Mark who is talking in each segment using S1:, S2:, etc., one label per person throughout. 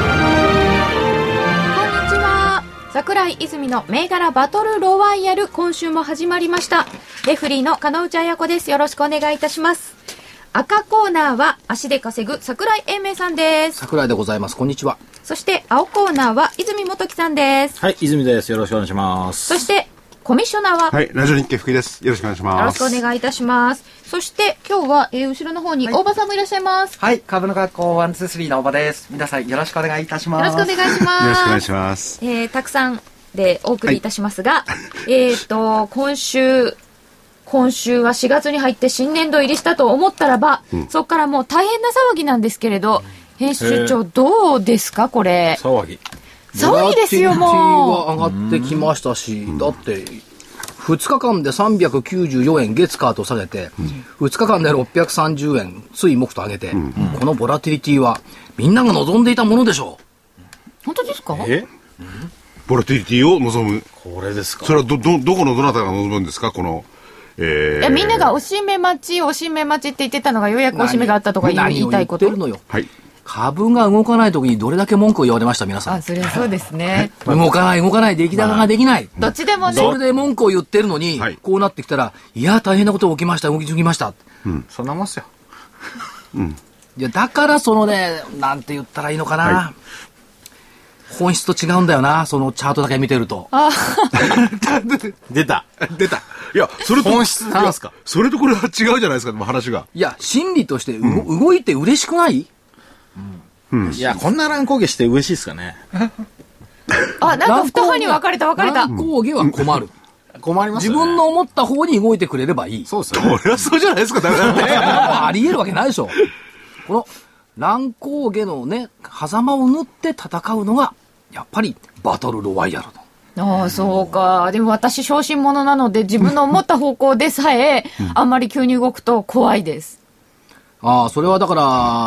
S1: こんにちは桜井泉の銘柄バトルロワイヤル今週も始まりましたレフリーの金内彩子ですよろしくお願いいたします赤コーナーは足で稼ぐ桜井英明さんです
S2: 桜井でございます。こんにちは。
S1: そして青コーナーは泉元樹さんです
S3: はい、泉です。よろしくお願いします。
S1: そしてコミッショナーは
S4: はい、ラジオ日経福井です。よろしくお願いし
S1: よろ
S4: ま
S1: し
S4: す。
S1: くお願いいたしますそして今日は、えー後ろの方に大場さんもいらっしゃいます、
S5: はい、株の学校ワンツースリーのおばです。皆さんよろしくお願いいたします。
S1: よろしくお願いします
S4: よろしくお願いします。
S1: えーたくさんでお送りいたしますが、えっと、今週、今週は4月に入って新年度入りしたと思ったらば、そこからもう大変な騒ぎなんですけれど、編集長どうですかこれ。
S3: 騒ぎ。
S1: 騒ぎですよ、
S2: ボラテ
S1: もう。
S2: ィリティは上がってきましたし、だって、2日間で394円月カート下げて、2日間で630円水木と上げて、このボラティリティはみんなが望んでいたものでしょ
S1: 本当ですか
S3: え
S4: ボラティリティを望む。
S3: これですか
S4: それはど、ど、どこのどなたが望むんですかこの、えー、
S1: いやみんながおしめ待ち、おしめ待ちって言ってたのが、ようや
S2: う。
S1: くおしめがあったとか言い
S2: 何
S1: 言
S2: を
S1: いたいこ
S2: 言
S1: と
S2: って。るのよ。
S4: はい。
S2: 株が動かない時にどれだけ文句を言われました、皆さ
S1: あ、
S2: ん。
S1: そりゃそうですね。
S2: 動かない、動かない、出来高ができない。
S1: どっちでもね
S2: そ、れで文句を言ってるのに、
S4: はい
S2: こうなってきたら、いや、大変なことが起きました、動きすぎました。
S3: そんなもんっすよ。
S2: いや、だからそのね、なんて言ったらいいのかな。
S4: は
S2: 本質と違うんだよな、そのチャートだけ見てると。
S3: 出た。
S4: 出た。いや、それと、
S3: 本質なんすか
S4: いやそれとこれは違うじゃないですか、でも話が。
S2: いや、心理としてうご、動いて嬉しくない
S3: いや、こんな乱高下して嬉しいですかね。
S1: あ、なんか二派に分かれた分かれた。
S2: 乱高下は困る。
S3: 困ります
S2: 自
S3: よね。
S2: 分の思った方に動いてくれればいい。
S3: そうですよね。
S4: これはそうじゃないですか、だからね。
S2: あり得るわけないでしょ。この乱高下のね、狭間を縫って戦うのが、やっぱりバトルロワイヤルだ。
S1: ああ、そうか。でも私、小心者なので、自分の思った方向でさえ、あんまり急に動くと怖いです。
S2: ああ、それはだか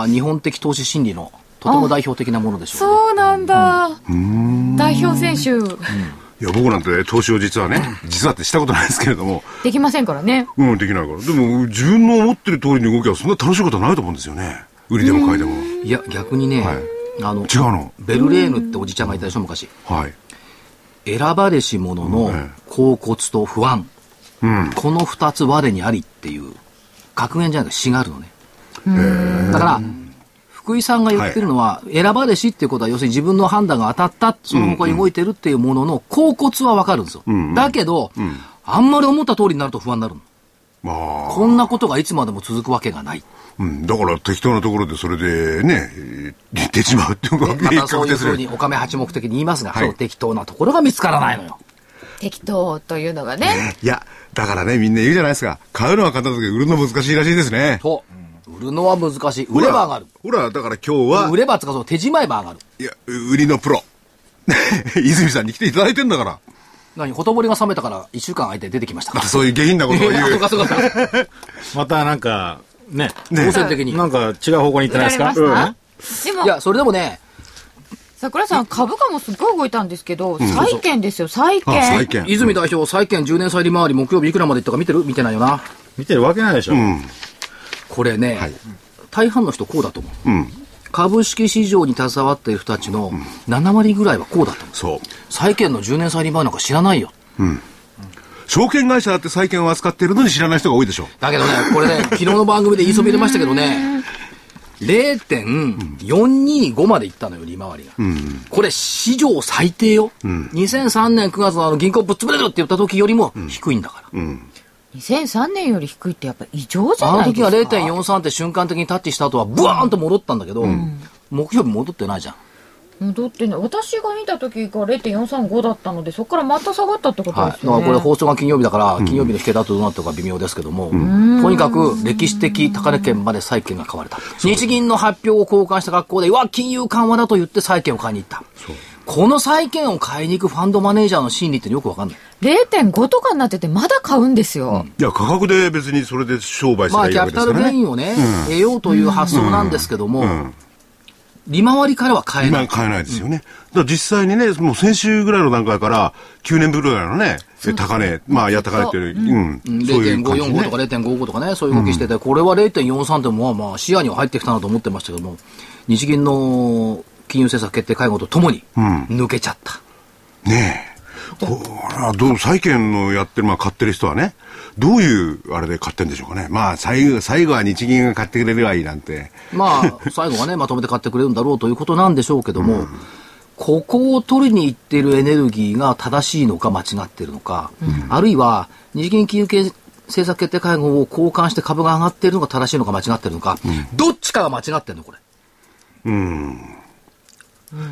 S2: ら、日本的投資心理のとても代表的なものでしょう、ね。
S1: そうなんだ。代表選手、
S4: いや、僕なんてね、投資を実はね、実はってしたことないですけれども、
S1: できませんからね。
S4: うん、できないから。でも、自分の思ってる通りに動きはそんな楽しいことはないと思うんですよね。売りでも買いでも。
S2: いや、逆にね、
S4: はい
S2: あ
S4: 違
S2: の、
S4: うの
S2: ベルレーヌっておじちゃんがいたでしょ、昔。
S4: はい。
S2: 選ばれし者の
S4: え
S2: 恍惚と不安。
S4: うん。
S2: この二つ我にありっていう、格言じゃなくて詩があるのね。だから、福井さんが言ってるのは、選ばれしっていうことは、要するに自分の判断が当たった、その他に動いてるっていうものの、恍惚はわかるんですよ。だけど、あんまり思った通りになると不安になるの。
S4: まあ。
S2: こんなことがいつまでも続くわけがない。
S4: うん、だから適当なところでそれでね、えー行ってしまうっていうのが、
S2: ねまたそういうふうに
S4: ね。
S2: おかめ八目的に言いますが、
S4: はい
S2: その適当なところが見つからないのよ。
S1: 適当というのがね。
S4: いや、だからね、みんな言うじゃないですか。買うのは簡単だけど、売るの難しいらしいですね。
S2: と、売るのは難しい。売れば上がる。
S4: ほら、ほらだから今日は
S2: 売、ればつかその手仕まいば上がる。
S4: いや、売りのプロ。 泉さんに来ていただいてんだから。
S2: 何ほとぼりが冷めたから一週間空いて出てきましたか
S4: ま
S2: ら
S4: た。そういう下品なことを言
S2: そう
S4: う
S2: か。そうかそうか。
S3: またなんか、ね。
S2: 当選的に。
S3: なんか違う方向に行ってないですか
S1: 売られまで
S2: い
S1: も、
S2: や、それでもね、
S1: 桜井さん、株価もすっごい動いたんですけど、債券ですよ、債券。
S4: あ、債券。
S2: 泉代表、債券10年債利回り木曜日いくらまでいったか見てる見てないよな。
S3: 見てるわけないでしょ。
S4: うん。
S2: これね、大半の人こうだと思う。株式市場に携わっている人たちの7割ぐらいはこうだと思う。
S4: そう。
S2: 債券の10年債利回りなんか知らないよ。
S4: 証券会社だって債券を扱ってるのに知らない人が多いでしょ。
S2: だけどね、これね、昨日の番組で言いそびれましたけどね、0.425までいったのよ、利回りが。これ、史上最低よ。2003年9月のあの銀行ぶっ潰れるって言った時よりも低いんだから。
S1: 2003年より低いってやっぱ異常じゃ
S2: あの
S1: ない
S2: 時
S1: ですか。
S2: は0.43って瞬間的にタッチした後は、ブワーンと戻ったんだけど、木曜日戻ってないじゃん。
S1: 戻ってね、私が見た時が0.435だったので、そこからまた下がったってこと
S2: はい。
S1: で
S2: だ
S1: す
S2: から
S1: よね。
S2: これ放送が金曜日だから、金曜日の引けだとどうなったか微妙ですけども、とにかく歴史的高値圏まで債券が買われた。日銀の発表を交換した学校で、うわ、金融緩和だと言って債券を買いに行った。この債券を買いに行くファンドマネージャーの心理ってよくわかんない。
S1: 0.5とかになってて、まだ買うんですよ。
S4: いや、価格で別にそれで商売すれ
S2: ま
S4: ば
S2: あ、
S4: いい
S2: キ
S4: わ
S2: ャ
S4: け
S2: ピ
S4: で
S2: タ
S4: すか
S2: ル
S4: ら
S2: ゲイ
S4: ね。
S2: ンをね、得ようという発想なんですけども、
S4: うん。
S2: 利回りからは買え
S4: 今
S2: ない。
S4: 買えないですよね。だから実際にね、もう先週ぐらいの段階から、9年ぶりぐらいのね、高値、まあ、やった高値っていうより、うん、
S2: うん
S4: そういう感じ
S2: 0.545
S4: ね
S2: とか。0.55とかね、そういう動きしてて、これは0.43でもまあまあ視野には入ってきたなと思ってましたけども、日銀の金融政策決定会合とともに
S4: ん
S2: 抜けちゃった。
S4: ねえ。これはどう、債券のやってる、まあ買ってる人はね、どういうあれで買ってんでしょうかね。まあ、最後、最後は日銀が買ってくれればいいなんて。
S2: まあ、 最後はね、まとめて買ってくれるんだろうということなんでしょうけども、ここを取りに行ってるエネルギーが正しいのか間違ってるのか、あるいは日銀金融系政策決定会合を交換して株が上がってるのが正しいのか間違ってるのか、どっちかが間違ってるの、これ。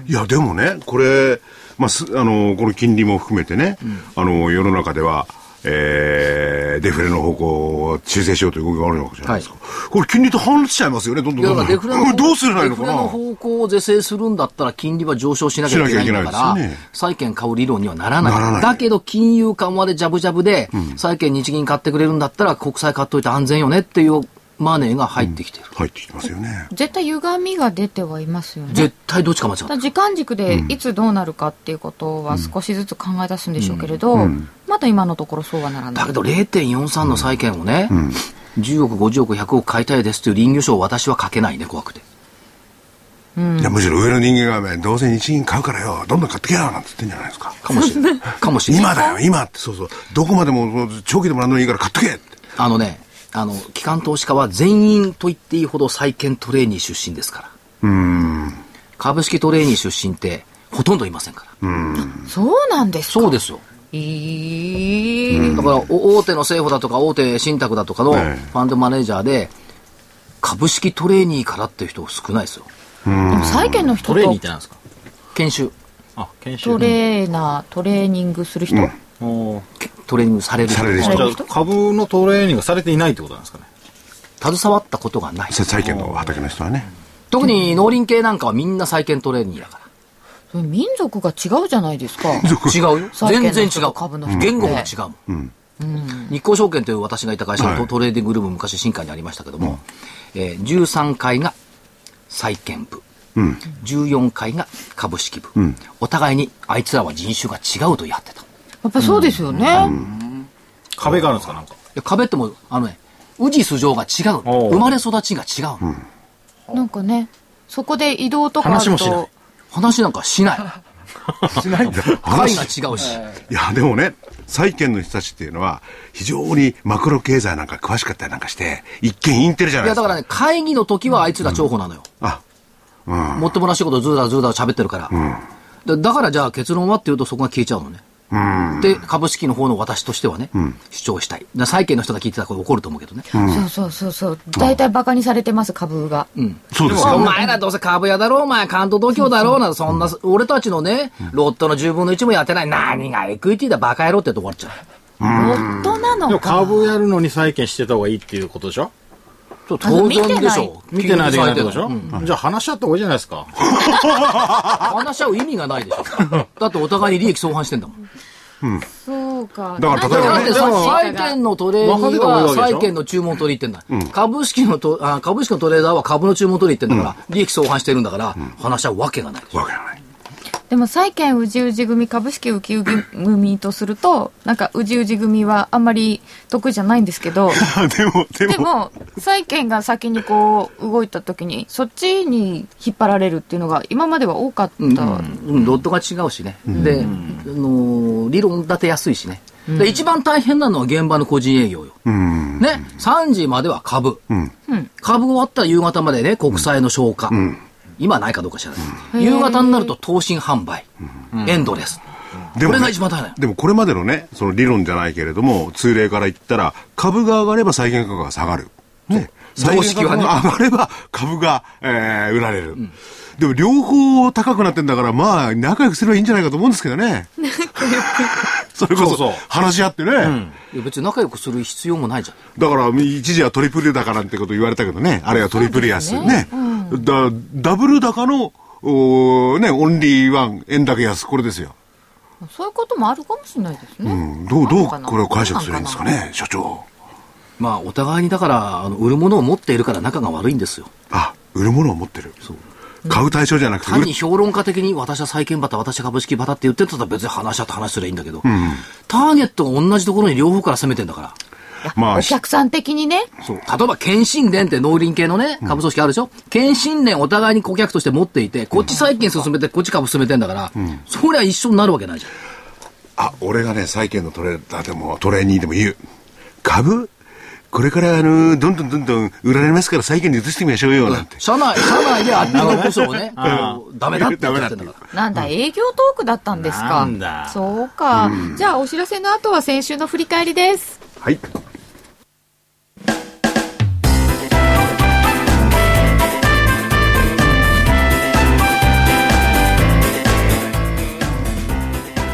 S4: いや、でもね、これ、まあ、すあの、この金利も含めてね、あの、世の中では、えー、デフレの方向を修正しようという動きがあるわけじゃないですか。これ金利と反しちゃいますよね、どんどん
S2: いや
S4: どん
S2: だ
S4: どん。
S2: からデフレの
S4: こ
S2: 方
S4: れ どうすればいいのか
S2: デフレの
S4: な
S2: 方向を是正するんだったら金利は上昇しなきゃいけない
S4: し
S2: んだ
S4: な
S2: か
S4: きゃいけない
S2: ら、
S4: ですよね
S2: 債券買う理論にはならない。
S4: ならない
S2: だけど金融緩和でジャブジャブで、債券日銀買ってくれるんだったら国債買っといて安全よねっていうマネーが入ってきてる。
S4: 入ってきますよね。
S1: 絶対歪みが出てはいますよね。
S2: 絶対どっちか間違って
S1: た
S2: る
S1: だ時間軸でいつどうなるかっていうことは少しずつ考え出すんでしょうけれど、まだ今のところそうはならない。
S2: だけど0.43の債券をね、10億、50億、100億買いたいですという臨業証を私は書けないね、怖くて。
S4: いや、むしろ上の人間が、ね、どうせ日銀買うからよ、どんどん買ってけよ、なんて言ってんじゃないですか。
S2: かもしれない。かもしれない。
S4: 今だよ、今って、そうそう。どこまでも、長期でもなんでもいいから買っとけって。
S2: あのね、あの、機関投資家は全員と言っていいほど債券トレーニー出身ですから。株式トレーニー出身って、ほとんどいませんから。
S1: そうなんですか
S2: そうですよ。
S1: いい、
S2: だから、お大手の政府だとか、大手信託だとかのフ
S4: ええ
S2: ァンドマネージャーで、株式トレーニーからっていう人少ないですよ。
S1: でも債券の人
S6: トレーニー
S1: と
S6: ってなんですか
S2: 研修、
S6: あ、研修。
S1: トレーナートレーニングする人、
S6: おー
S2: トレーニングされる人
S4: される
S6: じ
S4: 人
S6: ゃあ株のトレーニングがされていないってことなんですかね。
S2: 携わったことがない。
S4: 債券の畑の人はね。
S2: 特に農林系なんかはみんな債券トレーニーだから。
S1: それ民族が違うじゃないですか
S2: 違うよ。
S1: 債券の
S2: 全然違
S1: 人と
S2: う。
S1: 株の人
S2: 言語も
S1: ね
S2: 違うもん。日興証券という私がいた会社の
S4: はい
S2: トトレーディングルーム、昔新海にありましたけども、えー13階が債券部、14階が株式部、お互いにあいつらは人種が違うとやってた。い
S1: やっぱそうですよね、
S6: 壁があるんですかなんか。
S2: や壁ってもうあのね、氏素性が違うの。
S6: おう
S2: 生まれ育ちが違うの。
S1: なんかねそこで移動とかあ
S6: 話
S1: る
S6: もしない
S1: と
S2: 話なんかしない。
S4: しないんだ。
S2: 会が違うし。
S4: いや、でもね、債券の人たちっていうのは、非常にマクロ経済なんか詳しかったりなんかして、一見インテリじゃない
S2: い
S4: です
S2: やだ
S4: か。
S2: からね、会議の時はあいつら重宝なのよ。
S4: あ、
S2: もっともらしいことずーだずーだ喋ってるから、だだからじゃあ結論はっていうとそこが消えちゃうのね、で株式の方の私としてはね、主張したいだから債券の人が聞いてたらこれ怒ると思うけどね、
S1: そうそうそうそう大体バカにされてます株が、
S4: そうです
S2: お
S4: よ。
S2: 前らどうせ株屋だろうお前関東東京だろうなどそんな、俺たちのねロットの10分の1もやってない何がエクイティだバカ野郎ってとこあっちゃ
S1: ロットな
S6: で
S1: の
S6: も
S1: か
S6: 株やるのに債券してた方がいいっていうことでしょ
S2: う
S1: あの
S2: 当然でしょ
S6: 見てないでいけないってことでし
S2: う
S6: ょ、
S2: ん
S6: じゃあ話し合った方がいいじゃないですか。
S2: 話し合う意味がないでしょだってお互いに利益相反してんだもん
S1: そうか
S4: だから例えば
S2: だっ
S4: ね
S2: て
S1: なんか
S2: 債券のトレーニーは債券の注文取り行ってんだ、株式のとあ株式のトレーダーは株の注文取り行ってんだから、利益相反してるんだから、話し合うわけがない
S4: わけがない。
S1: でも債券うじうじ組株式うきうぎ組とするとなんかうじうじ組はあんまり得意じゃないんですけど
S4: あでも、 でも
S1: でも、債券が先にこう、動いたときに、そっちに引っ張られるっていうのが、今までは多かった。
S2: うん、ロットが違うしね、で、あのー理論立てやすいしね、で一番大変なのは現場の個人営業よ、ね、3時までは株、株終わったら夕方までね、国債の消化、今ないかどうか知らない、夕方になると投信販売、エンドレス、
S4: で
S2: こ
S4: も
S2: れ
S4: ね
S2: が一番大変
S4: でもこれまでのね、その理論じゃないけれども、通例から言ったら、株が上がれば債券価格が下がる。ね。債
S2: 常
S4: 券
S2: 識
S4: 価
S2: は
S4: 格
S2: ね
S4: が上がれば株が、えー売られる。でも両方高くなってんだから、まあ、仲良くすればいいんじゃないかと思うんですけどね。それこ
S6: そうそ、
S4: そう話し合ってね。
S2: いや別に仲良くする必要もないじゃん。
S4: だから、一時はトリプルだからってこと言われたけどね、あれはトリプル安ね。だダブル高のおーね、オンリーワン、円だけ安、これですよ。
S1: そういうこともあるかもしれないですね。
S4: うん、どう、
S1: な
S4: ど
S1: の
S4: う、
S1: かな
S4: これを解釈すればいいんですか。
S1: どうなん
S4: ね、所長。
S2: まあ、お互いにだから、あの売るものを持っているから仲が悪いんですよ。
S4: あ、売るものを持ってる。買う対象じゃなくて、売
S2: 単
S4: る
S2: に評論家的に私は債券バタ、私は株式バタって言ってたら別に話し合って話すればいいんだけど、ターゲットが同じところに両方から攻めてんだから。
S4: まあ
S1: お、客さん的にね、
S2: そう。例えば、検診連って農林系のね、株組織あるでしょ検診連お互いに顧客として持っていて、こっち債券進めて、こっち株進めてんだから、そりゃ一緒になるわけないじゃん。
S4: あ、俺がね、債券のトレーダーでも、トレーニーでも言う。株これから、あの、どんどんどんどん売られますから債券に移してみましょうよ、なんて。
S2: 社内、社内であっちのこそを ね、こうダメだって言っちゃってん だから。
S1: なんだ、営業トークだったんですか。
S6: なんだ
S1: そうか。じゃあ、お知らせの後は先週の振り返りです。
S4: はい。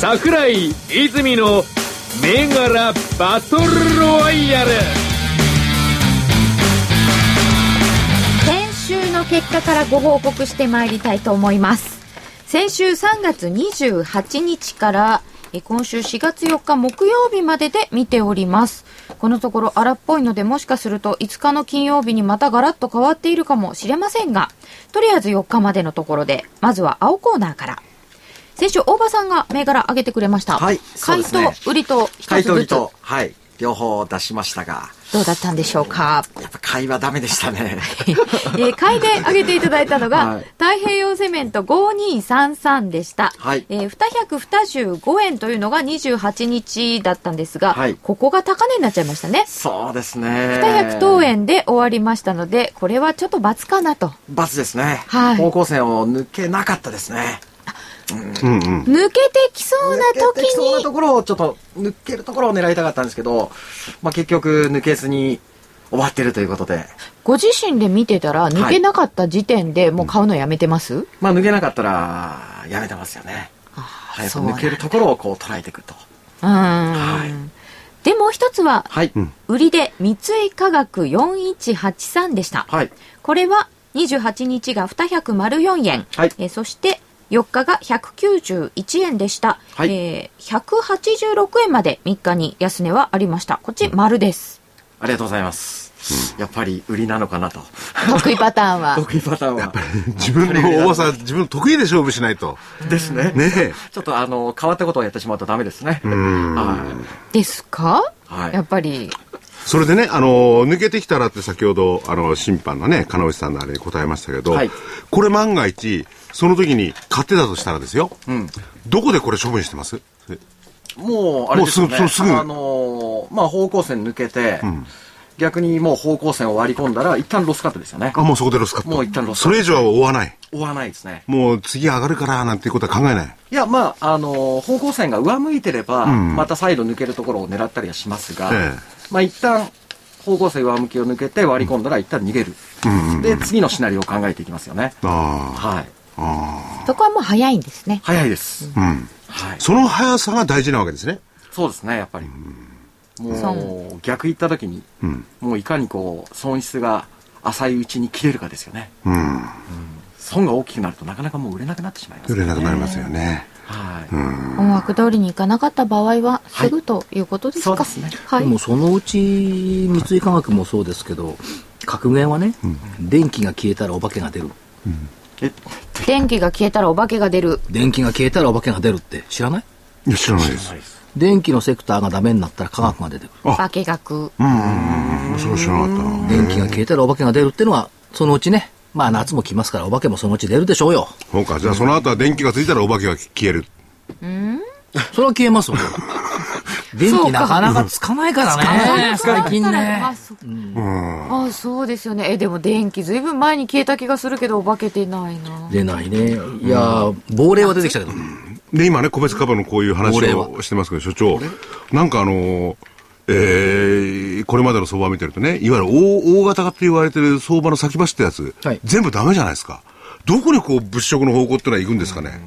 S7: 桜井泉の銘柄バトルロワイヤル
S1: 先週の結果からご報告してまいりたいと思います先週3月28日からえ今週4月4日木曜日までで見ておりますこのところ荒っぽいのでもしかすると5日の金曜日にまたガラッと変わっているかもしれませんがとりあえず4日までのところでまずは青コーナーから先週大場さんが銘柄上げてくれました、
S5: はいそう
S1: 買い
S5: です
S1: と
S5: ね
S1: 売りと一
S5: 回
S1: つ
S5: 答
S1: ず
S5: に
S1: つど
S5: と、はい、両方出しましたが、
S1: うだったんでしょうか
S5: やっぱ会話ダメでしたね。
S1: えー、買いで上げていただいたのが、
S5: はい
S1: 太平洋セメント5233でした。
S5: はい
S1: えー、225円というのが28日だったんですが、
S5: はい
S1: ここが高値になっちゃいましたね。
S5: そうですね。
S1: 200等円で終わりましたので、これはちょっと罰かなと。
S5: バツですね。
S1: はい
S5: 方向線を抜けなかったですね。
S4: うんうん。
S1: 抜けてきそうな
S5: 抜
S1: 時
S5: けてきそうなと
S1: に、
S5: ころをちょっと抜けるところを狙いたかったんですけど、まあ、結局抜けずに終わってるということで、
S1: ご自身で見てたら、抜けなかった時点でもう買うのやめてます、
S5: まあ、抜けなかったらやめてますよね。
S1: あ
S5: は
S1: ー
S5: い、やっぱ
S1: そうなん
S5: 抜けるところをこう捉えていくと。
S1: うーん、
S5: い
S1: で、もう一つは、
S5: はい。
S1: 売りで三井化学4183でした。
S5: はい。
S1: これは28日が204円、
S5: はい
S1: えーそして4日が191円でした、
S5: はい
S1: えー186円まで3日に安値はありましたこっち丸 です
S5: ありがとうございます。やっぱり売りなのかなと。
S1: 得意パターンは
S5: 得意パターンは。
S4: 自分の重さ、自分の得意で勝負しないと。
S5: ですね。
S4: ねえ。
S5: ちょっとあの、変わったことをやってしまうとダメですね。は
S1: ですか、
S5: はい
S1: やっぱり
S4: それでね、あの、抜けてきたらって先ほど、あの、審判のね、金内さんのあれに答えましたけど、
S5: はい
S4: これ万が一、その時に買ってたとしたらですよ、
S5: ん
S4: どこでこれ処分してます
S5: い。もう、あれですよね。
S4: もうすぐすぐ
S5: あのー、まあ、方向線抜けて、逆にもう方向線を割り込んだら、一旦ロスカットですよね。
S4: あ、もうそこでロスカット。
S5: もう一旦ロスカ
S4: そ
S5: ット
S4: れ以上は追わない。
S5: 追わないですね。
S4: もう次上がるからなんていうことは考えない。
S5: いや、まあ、あのー、方向線が上向いてれば、
S4: ん
S5: また再度抜けるところを狙ったりはしますが、
S4: ええ
S5: まあ、一旦、方向線上向きを抜けて割り込んだら一旦逃げる。で、次のシナリオを考えていきますよね。
S4: ああ。
S5: はい。
S1: そこはもう早いんですね。
S5: 早いです。
S4: うん。
S5: はい。
S4: その速さが大事なわけですね。
S5: そうですね、やっぱり。も、
S1: そう
S5: 逆行った時に、
S4: うん。
S5: もういかにこう、損失が浅いうちに切れるかですよね。
S4: うん。
S5: 損が大きくなるとなかなかもう売れなくなってしまいます。
S4: 売れなくなりますよね。
S5: はい。
S1: 思惑通りにいかなかった場合は、すぐということですか。
S5: そうですね
S1: はい。
S2: でもそのうち三井化学もそうですけど格言はね、電気が消えたらお化けが出る
S5: え、
S1: 電気が消えたらお化けが出る。
S2: 電気が消えたらお化けが出るって知らない
S4: いや、知らないです。
S2: 電気のセクターがダメになったら科学が出てくる、
S4: あ
S1: 化け学。
S4: うんうんうん。それは知らなかったな。
S2: 電気が消えたらお化けが出るってのはそのうちねまあ夏も来ますからお化けもそのうち出るでしょうよ
S4: そうか、じゃあその後は電気がついたらお化けが消える。
S2: それは消 えますわ電気なかなかつかないからね最近
S1: あ、
S2: ね
S1: そっか
S4: うん。
S1: あそうですよね。え、でも電気ずいぶん前に消えた気がするけど、お化け出ないな。
S2: 出ないねいやー亡霊は出てきたけど、
S4: で、今ね、個別カバーのこういう話
S2: 俺
S4: を
S2: は
S4: してますけど、所長、なんかあのー、えー、これまでの相場見てるとね、いわゆる大大型化って言われてる相場の先走ったやつ、
S2: はい
S4: 全部ダメじゃないですか。どこにこう物色の方向ってのは行くんですかね。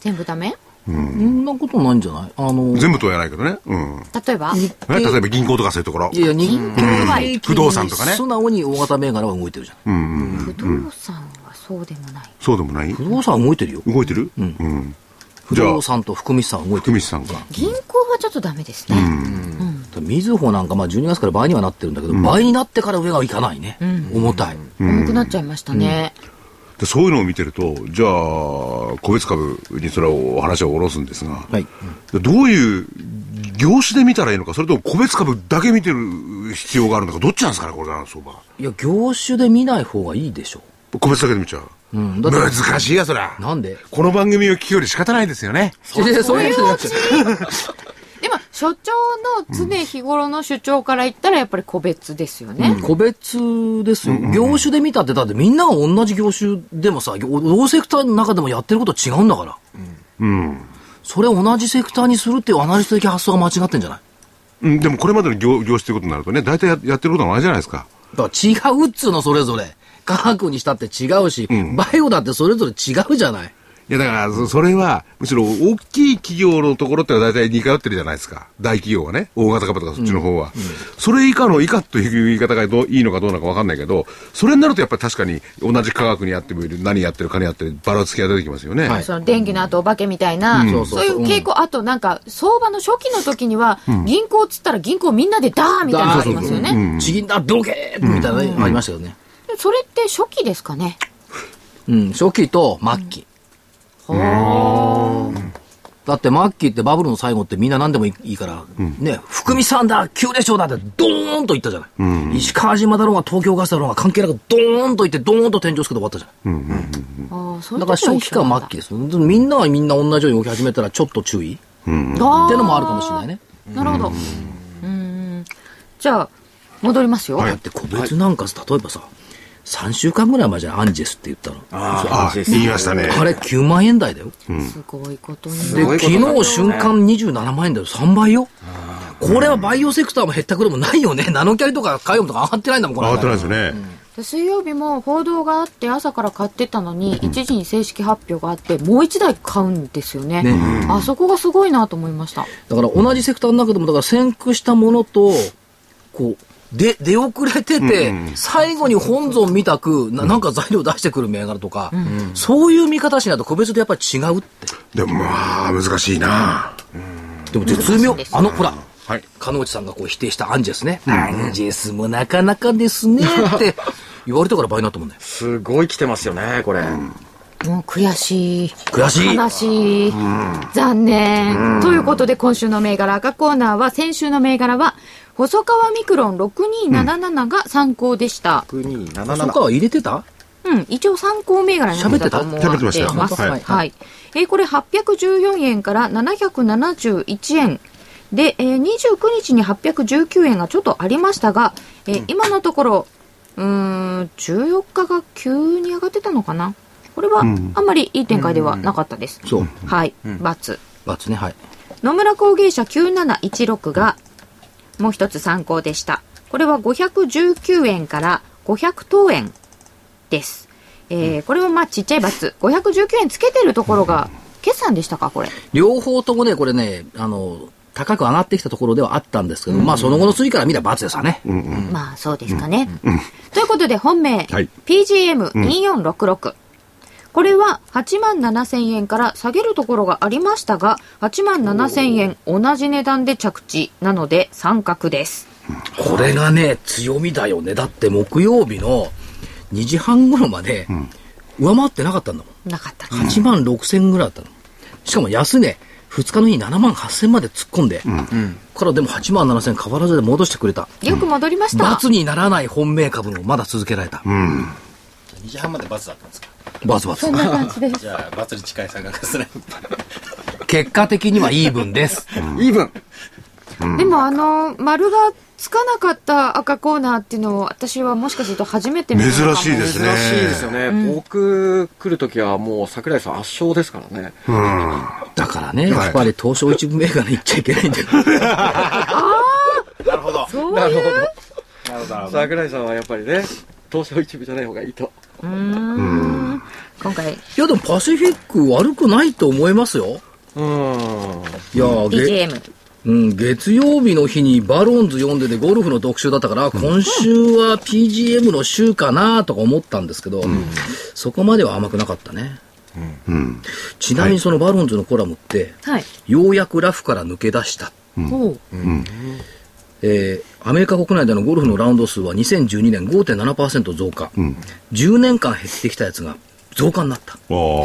S1: 全部ダメ
S2: そんなことないんじゃないあの
S4: 全部とは言わないけどね。うん。ね
S1: 例えば
S4: 例えば銀行とかそういうところ。
S2: いやいや日本は
S4: うん不動産とかね
S2: 素直に大型銘柄は動いてるじゃん
S1: 不動産はそうでもない。
S4: そうでもない
S2: 不動産は動いてるよ
S4: 動いてるうん。
S2: 不
S4: じゃあ
S2: 動、産と含み資産は動いて
S4: 福
S2: る
S4: 道さんが。
S1: 銀行はちょっとダメですね。
S2: みずほなんかまあ12月から倍にはなってるんだけど、倍になってから上はいかないね、重たい、
S1: 重くなっちゃいましたね。
S4: でそういうのを見てると、じゃあ、個別株にそれを話を下ろすんですが、
S2: はい
S4: でどういう業種で見たらいいのか、それとも個別株だけ見てる必要があるのか、どっちなんですかね、これからの相場。
S2: いや業種で見ない方がいいでしょ
S4: 個別だけで見ちゃう。
S2: うんだって
S4: 難しいや、そりゃ。
S2: なんで
S4: この番組を聞くより仕方ないですよね。
S2: そう そういう人たち
S1: でも、所長の常日頃の主張から言ったら、やっぱり個別ですよね。
S2: 個別ですよ、業種で見たってだってみんなが同じ業種でもさ同セクターの中でもやってること違うんだから
S4: うん。
S2: それを同じセクターにするっていうアナリスト的発想が間違ってんじゃない
S4: うんでもこれまでの業業種ということになるとね、大体ややってることは同じじゃないですか。
S2: だから違うっつうのそれぞれ科学にしたって違うし、バイオだってそれぞれ違うじゃない
S4: いや、だからそ、それは、むしろ大きい企業のところってのは大体似通ってるじゃないですか。大企業はね、大型株とかそっちの方は。それ以下の以下という言い方がどういいのかどうなのかわかんないけど、それになるとやっぱり確かに同じ科学にやってもいる、何やってる、金やってる、ばらつきが出てきますよね。
S2: はい
S1: その電気の後お化けみたいな、
S2: うん
S1: そういう傾向、あとなんか相場の初期の時には、銀行っつったら銀行みんなでダーみたいなのありますよね。
S4: う
S1: で
S4: ん
S2: ちぎんだドケーッみたいなね、ありましたよね
S1: それって初期ですかね。
S2: うん初期と末期、だって末期ってバブルの最後ってみんな何でもいいから、ね福見さんだ急でしょだってドーンといったじゃない、石川島だろうが東京ガスだろうが関係なくドーンといってドーンと天井つけて終わったじゃない、
S1: あーそうい
S2: だ
S1: う
S2: から
S1: 時は
S2: 初
S1: 一
S2: 期
S1: 緒な
S2: か
S1: んだ
S2: 末期ですみんながみんな同じように動き始めたらちょっと注意
S1: あー
S2: ってのもあるかもしれないね
S1: なるほど。うん。じゃあ、戻りますよ。
S2: だって個別なんかさ例えばさ3週間ぐらい前じゃんアンジェスって言ったのあ
S4: あ、言いましたね。
S2: れ9万円台だよ
S1: すごいことに。
S2: で、昨日瞬間27万円だよ、3倍よ。これはバイオセクターも減ったくれもないよね。 ナノキャリとかカイオムとか上がってないんだもん、こ
S4: 上がってない
S2: れ。
S4: ですよね。
S1: で水曜日も報道があって朝から買ってたのに、一時に正式発表があって、もう一台買うんですよね。
S2: ね
S1: あそこがすごいなと思いました。
S2: だから同じセクターの中でも、だから先駆したものと、こう、で、出遅れてて、最後に本尊見たくな、なんか材料出してくる銘柄とか、そういう見方しないと個別でやっぱり違うって。
S4: でもまあ、難しいな。
S2: でも絶妙
S1: 難しいで、す
S2: あの、ほら、
S4: はい。
S2: 加納内さんがこう否定したアンジェスね。アンジェスもなかなかですねって言われたから倍になったもんね。
S5: すごい来てますよね、これ。
S1: もう悔しい。
S2: 悔しい。
S1: 悲しい。残念。ということで、今週の銘柄赤コーナーは、先週の銘柄は、細川ミクロン6277が参考でした。
S2: そ
S5: 6277
S2: っか。は入れてた
S1: うん、一応参考銘柄になったと思われて
S4: 喋ってた
S1: ま
S2: 喋ってました
S1: す。
S2: よ
S1: は
S2: はい
S1: い。えーこれ814円から771円。で、えー、29日に819円がちょっとありましたが、えー今のところ、うーん、14日が急に上がってたのかなこれは、あんまりいい展開ではなかったです。
S2: そう。
S1: はい。×。
S2: バツね、はい。
S1: 野村工芸社9716がもう一つ参考でしたこれは519円から500等円です、えーこれもまあちっちゃいバツ519円つけてるところが決算でしたかこれ
S2: 両方ともね、これね、あの、高く上がってきたところではあったんですけど、まあその後の推移から見たら罰ですわね。
S1: まあそうですかね。ということで本命、
S4: はい
S1: PGM2466、これは8万7000円から下げるところがありましたが8万7000円同じ値段で着地なので三角です。
S2: これがね、強みだよね。だって木曜日の2時半頃まで、上回ってなかったんだもん。
S1: なかった
S2: 8万6千ぐらいだったの。しかも安値、2日の日に7万8千まで突っ込んで、からでも8万7千変わらずで戻してくれた。
S1: よく戻りました。
S2: 罰にならない本命株もまだ続けられた。
S3: 2時半までバツだったんですか
S2: バツバツ。
S3: じゃあバツに近い差額ですね
S2: 結果的にはイーブンです。
S5: イーブン。
S1: でもあの丸がつかなかった赤コーナーっていうのを私はもしかすると初めて見たのかも
S4: 珍しいです
S5: 珍しい
S4: ね
S5: ですよね。僕来るときはもう桜井さん圧勝ですからね。
S2: だからね、
S4: はい
S2: やっぱり東証一部銘柄に行っちゃいけないんだよ。
S5: なるほど。桜井さんはやっぱりね、東証一部じゃない方がいいと。
S1: うーん今回
S2: いやでもパシフィック悪くないと思いますよ。
S5: うーん。
S2: いやー、げ
S1: PGM
S2: うん、月曜日の日にバロンズ読んでてゴルフの特集だったから、今週は PGM の週かなとか思ったんですけど、そこまでは甘くなかったね。
S4: うん。
S2: ちなみにそのバロンズのコラムって、
S1: はい。
S2: ようやくラフから抜け出した。
S1: おう
S2: えーアメリカ国内でのゴルフのラウンド数は2012年5.7%増加、10年間減ってきたやつが増加になった、
S4: ああ。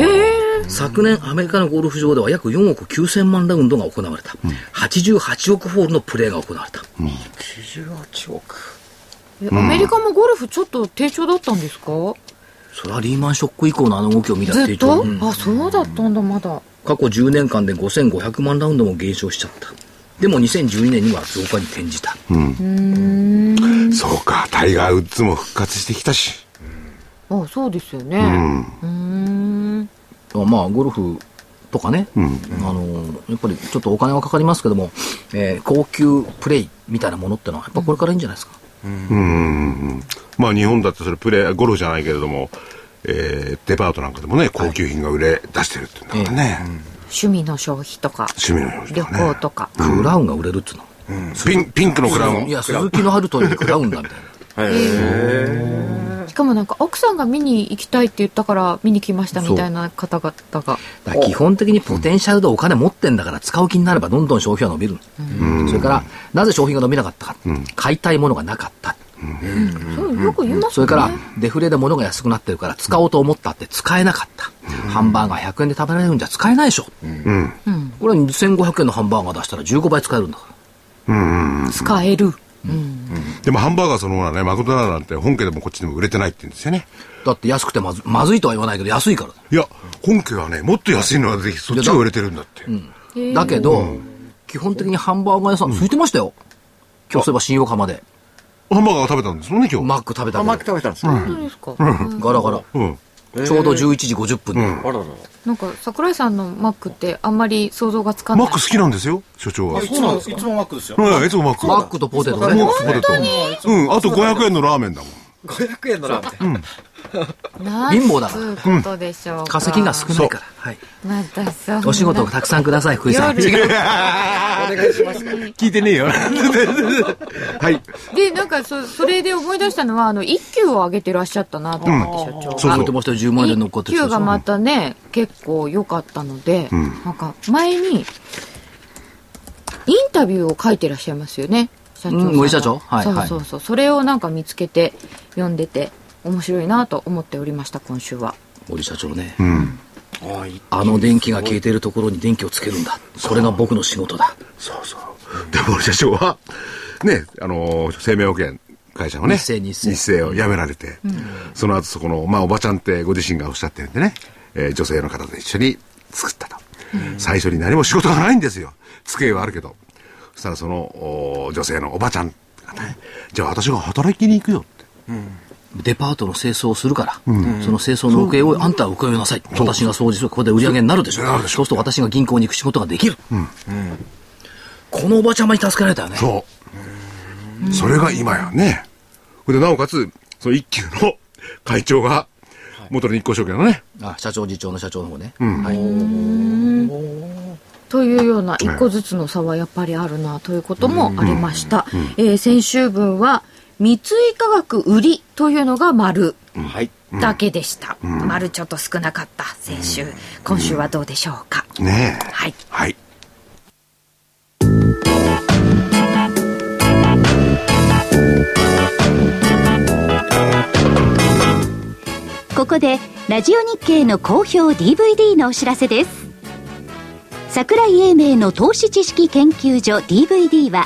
S2: 昨年アメリカのゴルフ場では約4億9000万ラウンドが行われた、88億ホールのプレーが行われた、
S5: 18億。
S1: えアメリカもゴルフちょっと低調だったんですか、
S2: それはリーマンショック以降のあの動きを見たって
S1: ず
S2: い
S1: っ
S2: うと
S1: と、
S2: うん
S1: あそうだったんだまだ
S2: 過去10年間で5500万ラウンドも減少しちゃったでも2012年には増加に転じた、
S4: そうか、タイガー・ウッズも復活してきたし。
S1: あそうですよね
S4: うん。
S1: うんん
S2: まあゴルフとかね、
S4: うん。
S2: あのやっぱりちょっとお金はかかりますけども、えー高級プレイみたいなものってのはやっぱこれからいいんじゃないですか、
S4: うん。まあ日本だってそれプレー、ゴルフじゃないけれども、えーデパートなんかでもね、高級品が売れ出してるっていうんだからね。
S1: 趣味の消費とか
S4: 趣味の用事
S1: 旅
S4: とか
S1: 行と
S4: ね。
S1: か、
S2: クラウンが売れるっつうの、
S4: ピンピンクのクラウン。
S2: いや鈴木の春とにクラウンだみたいな
S1: しかもなんか奥さんが見に行きたいって言ったから見に来ましたみたいな方々が
S2: だから基本的にポテンシャルでお金持ってんだから使う気になればどんどん消費は伸びる、それからなぜ消費が伸びなかったか、買いたいものがなかった、
S1: そうよく言います
S2: それからデフレで物が安くなってるから使おうと思ったって使えなかった、ハンバーガー100円で食べられるんじゃ使えないでしょ、
S4: うん。
S2: これは2500円のハンバーガー出したら15倍使えるんだから
S4: うんうん。
S1: 使える
S4: でもハンバーガーそのものはね、マクドナルドなんて本家でもこっちでも売れてないって言うんですよね。
S2: だって安くてまずまずいとは言わないけど安いからだ
S4: いや、本家はね、もっと安いのはぜひそっちが売れてるんだって。
S2: だけど、基本的にハンバーガー屋さん空いてましたよ。今日そういえば新横浜で。
S4: ハンバーガー食べたんですもんね、今日。
S2: マック食べた
S5: あ、
S2: け
S5: マック
S2: ど、
S5: 食べたんですか、
S1: そうですか、
S2: ガラガラ。
S4: うん。
S2: ちょうど11時50分で。
S5: あららら。
S1: なんか桜井さんのマックってあんまり想像がつかない
S4: マック好きなんですよ、所長は。
S6: そうなんですいつもマックですよ。
S4: うん、いつもマック。
S2: マックとポテトね。
S4: マックポテト。うん、あと500円のラーメンだもん。
S5: 500円のラーメン。
S1: なん
S2: 貧乏だから
S1: つうことでしょうか、
S2: 化石が少ないから。はい。
S1: またそんな
S2: お仕事をたくさんください、福井さん。
S1: 夜
S2: 違う。
S5: お願いします。
S4: 聞いてねえよ。はい。
S1: で、なんかそ、それで思い出したのは、あの、一級を上げてらっしゃったなと思って、社長
S4: そう
S1: が。
S4: そ
S2: そうう
S4: て
S2: て
S4: ま
S2: ましたよ、10万円で乗っかっ
S1: 一
S2: てる
S1: 級がまたね、結構良かったので、なんか、前に、インタビューを書いてらっしゃいますよね、社長さんが。
S2: うん森社長はい
S1: そう
S2: はい
S1: そうそう。それをなんか見つけて、読んでて、面白いなと思っておりました、今週は。
S2: 森社長ね。あの電気が消えているところに電気をつけるんだ。それが僕の仕事だ。
S4: そうそう。でも、社長は、ね、あのー、生命保険会社のね、
S2: 日生日生
S4: を辞められて、その後そこの、まあ、おばちゃんってご自身がおっしゃってるんでね、えー女性の方と一緒に作ったと。最初に何も仕事がないんですよ。机はあるけど。そしたらその、お女性のおばちゃんがね、じゃあ私が働きに行くよって。
S2: デパートの清掃をするから、その清掃の請け負いをあんたは請け負いなさい。私が掃除する、ここで売り上げになるでしょ。
S4: なるでしょ
S2: そうすると私が銀行に行く仕事ができる。このおばちゃまに助けられたよね。
S4: そう。それが今やね。で、なおかつ、その一級の会長が、元の日興証券のね。
S2: あ社長次長の社長の方ね、
S4: うん
S2: はい、
S1: というような一個ずつの差はやっぱりあるなということもありました。えー先週分は三井化学売りというのが丸
S5: はい。
S1: だけでした。丸ちょっと少なかった先週。今週はどうでしょうか。
S4: ねえ。
S1: はい。
S4: はい。
S8: ここでラジオ日経の好評 DVD のお知らせです桜井英明の投資知識研究所 DVD は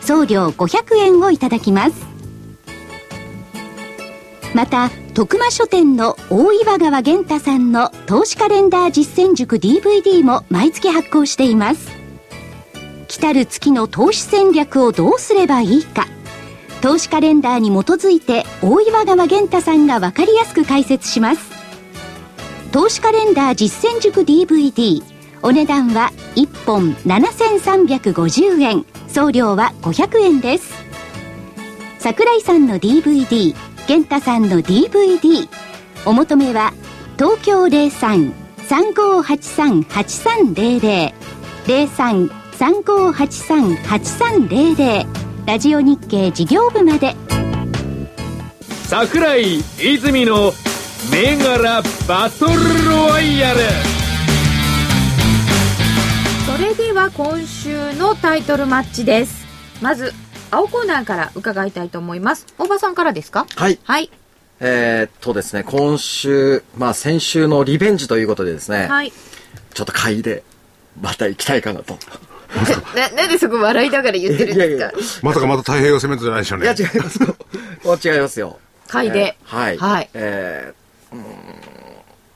S8: 送料500円をいただきますまた徳間書店の大岩川源太さんの投資カレンダー実践塾 DVD も毎月発行しています来たる月の投資戦略をどうすればいいか投資カレンダーに基づいて大岩川源太さんが分かりやすく解説します投資カレンダー実践塾 DVD お値段は1本7350円送料は500円です桜井さんの DVD 健太さんの DVD お求めは東京03-3583-8300 03-3583-8300ラジオ日経事業部まで
S7: 桜井泉の銘柄バトルロワイヤル
S1: それでは今週のタイトルマッチです。まず、青コーナーから伺いたいと思います。大場さんからですか
S5: はい。
S1: はい。
S5: えーっとですね、今週、まあ先週のリベンジということでですね、
S1: はい。
S5: ちょっと買いで、また行きたいかなと。
S1: な、なんでそこ笑いながら言ってるん
S5: いやい
S1: です
S5: やいや
S1: か、
S4: まさかまた太平洋セメントじゃないでしょう
S5: いや
S4: ね。
S5: 違いま すよ。お違いますよ。
S1: 買いで
S5: え。ーはい。
S1: はい
S5: えーうーん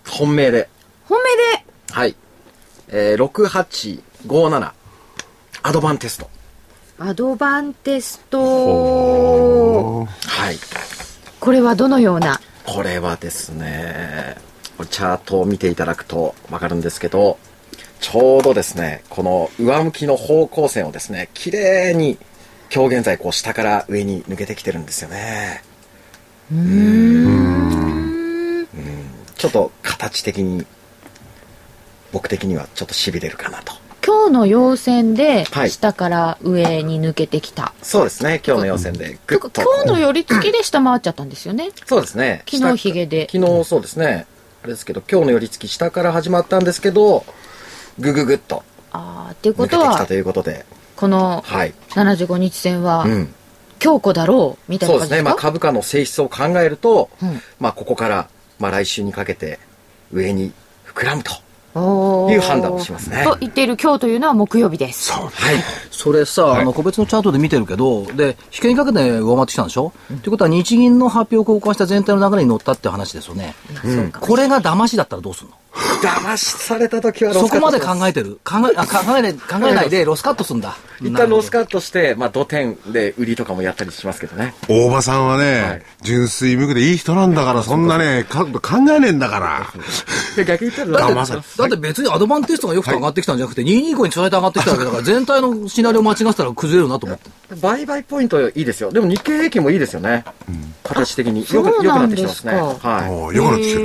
S5: 本命で。
S1: 本命で、
S5: はい。えー、6857。アドバンテスト。
S1: アドバンテスト。
S5: はい。
S1: これはどのような
S5: これはですね、これチャートを見ていただくとわかるんですけど、ちょうどですね、この上向きの方向線をですね、綺麗に今日現在こう下から上に抜けてきてるんですよね。うんちょっと形的に、僕的にはちょっと痺れるかなと。
S1: 今日の要線で
S5: はい
S1: 下から上に抜けてきた、
S5: そうですね、今日の要線でグ
S1: とか
S5: ッと。
S1: 今日の寄り付きで下回っちゃったんですよね
S5: そうですね。
S1: 昨日ヒゲで
S5: 昨日そうですね。あれですけど、今日の寄り付き下から始まったんですけど、ぐぐぐっと
S1: ああっていう
S5: 抜
S1: こ
S5: けて
S1: と
S5: きた
S1: は
S5: ということで、
S1: この
S5: はい。
S1: 75日線は
S5: うん。
S1: 強固だろうみたい
S5: そ
S1: な感
S5: うです
S1: じで
S5: ね。
S1: す
S5: まあ
S1: か
S5: 株価の性質を考えると、
S1: うん
S5: まあここから、まあ来週にかけて上に膨らむと
S1: おー
S5: いう判断をしますね。
S1: と言っている今日というのは木曜日です
S5: はい。
S2: それさ、あの個別のチャートで見てるけど、で、試験にかけて上回ってきたんでしょ、ということは、日銀の発表を交換した全体の流れに乗ったって話ですよね。これが騙しだったらどうするの
S5: 騙しされた時はロ
S2: そ
S5: スカ
S2: こ
S5: ット
S2: ま
S5: す
S2: で考えてる考えあ考えない考えないでロスカットするんだ。
S5: 一旦ロス
S2: ッ
S5: カットして、まあ土点で売りとかもやったりしますけどね。
S4: 大場さんはね、
S5: はい
S4: 純粋無垢でいい人なんだから、そんなね、か考えねえんだから。
S5: 逆に言ったら
S4: 騙され
S2: だって別にアドバンテストがよくて上がってきたんじゃなくて、225に伝えて上がってきたわけだから、全体のシナリオ間違ってたら崩れるなと思って。
S5: 売買ポイントいいですよ。でも日経平均もいいですよね。形的に。よく、
S1: そう
S5: よく
S1: な
S5: なんって
S1: で
S5: きてますす
S1: か
S5: ね。は
S4: おーよくなってきてる。
S5: い。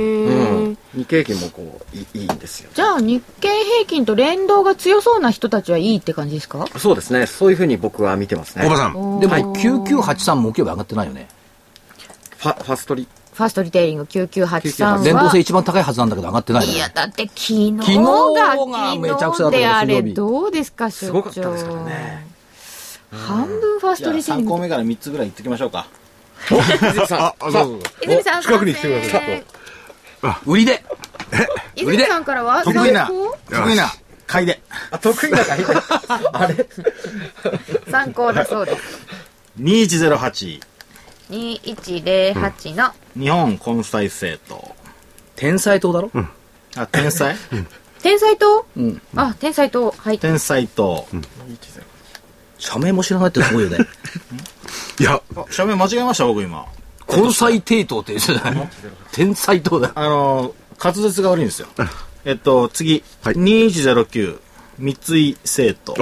S1: へー
S5: うん。日経平均もこう、いいいいんですよ。
S1: じゃあ日経平均と連動が強そうな人たちはいいって感じですか
S5: そうですね。そういうふうに僕は見てますね。
S4: 大場
S5: フ
S4: さん。
S2: でも、9983木曜日上がってないよね。
S5: ァ、ファストリ。
S1: ファーストリテイリング9983
S2: 連動
S1: は
S2: 性一番高いはずなんだけど上がってないよ
S1: いや
S2: ね。
S1: だって昨日が
S2: 昨日がめちゃくちゃだった
S1: 昨日であれ
S2: 水曜日
S1: どうですか所長
S5: すごかったですからね
S1: 半分ファーストリテイリ
S6: 参
S1: ング
S6: 考目から3つぐらい言ってきましょうか。
S4: あ、あ、どうぞ。
S1: 泉さん
S4: 近くに来てください
S1: 参戦
S2: 売りで
S1: 泉さんからは
S6: 得意な
S1: 参考
S6: 得意な買いで。
S5: あ、得意な会あれ
S1: 参考だそうです
S6: 2108
S1: 2108の
S6: 日本根菜政党
S2: 天才党だろ、
S3: あ、天才
S1: 天才党
S2: うん、
S1: あ、天才党。はい。
S3: 天才と、
S2: 社名も知らないってすごいよね
S4: いや、
S3: あ社名間違えました、僕今。
S2: 根才帝党って言うじゃ ない天才党だよ
S3: あの、滑舌が悪いんですよ。 えっと、次。
S4: はい
S3: 2109、三井生徒。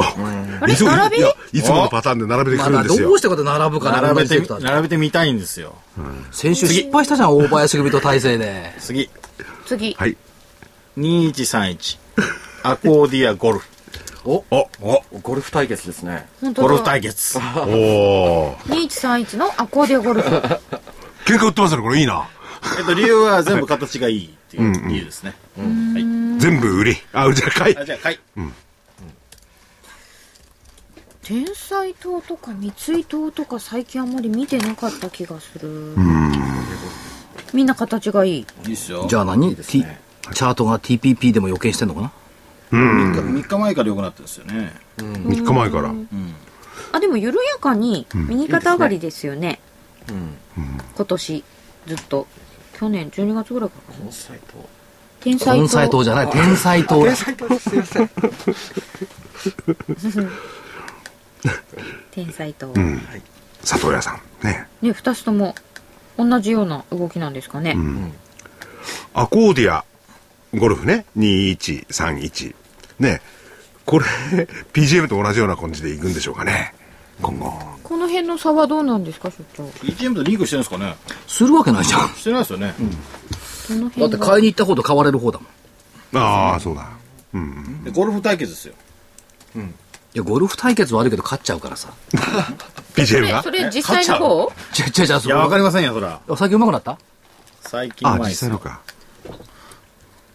S1: あれ
S4: いつも
S1: 並び
S4: いやいつものパターンで並べて
S2: ま
S4: くるん
S2: だ
S4: で
S2: ど
S4: すよ。
S2: うしてこれ並ぶかな
S3: 並べて
S2: 同じセクター、で
S3: 並べてみたいんですよ。
S2: 先週失敗したじゃん大林組と体制で
S3: 次。
S1: 次。
S4: はい。
S3: 2131、アコーディアゴル フ。
S4: お、お、
S5: ゴルフ対決ですね。
S1: 本
S3: ゴル
S1: 当
S3: フ
S1: だ。
S3: 対決。
S4: おー
S1: 2131のアコーディオゴルフ。
S4: 喧嘩売ってますね、これいいな。
S3: えっと、理由は全部形がいいっていう理由ですね。
S4: 全部売り。あ、じゃあ買い
S3: あ、。じゃあ、はい。
S1: 天才党とか三井党とか最近あんまり見てなかった気がする。みんな形がいい。
S3: いいっすよ。
S2: じゃあ何 T チャートが TPP でも予見してんのかな
S3: 3日三日前から良くなったんですよね。
S4: 3日前から。
S1: あ、でも緩やかに右肩上がりですよね。今年、ずっと。去年12月ぐらいからかな。天才党。
S2: 根才党じゃない天才党だ
S1: 天才党。
S4: 佐藤屋さん。ね。
S1: ね、二つとも同じような動きなんですかね。
S4: アコーディア、ゴルフね。2131。ね。これ、PGM と同じような感じでいくんでしょうかね。今後。
S1: この辺の差はどうなんですか、所長。こ
S3: EGM とリンクしてるんですかね
S2: するわけないじゃん
S3: してないですよね。
S1: の
S2: だっ
S1: 辺
S2: て
S1: が
S2: 買いに行った方と買われる方だもんい
S4: ああ、そうだ。
S3: でゴルフ対決ですよ。
S2: やゴルフ対決はあるけど勝っちゃうからさ
S4: PGM が
S1: それ実際の方
S2: ちゃちゃちゃ
S3: い
S2: そ
S3: や、わか
S2: う
S3: りませんよ、そら。
S2: 最近うまくなった
S3: 最近
S4: あ、
S3: 前
S4: 実
S3: です
S4: 際
S3: よ
S4: のか。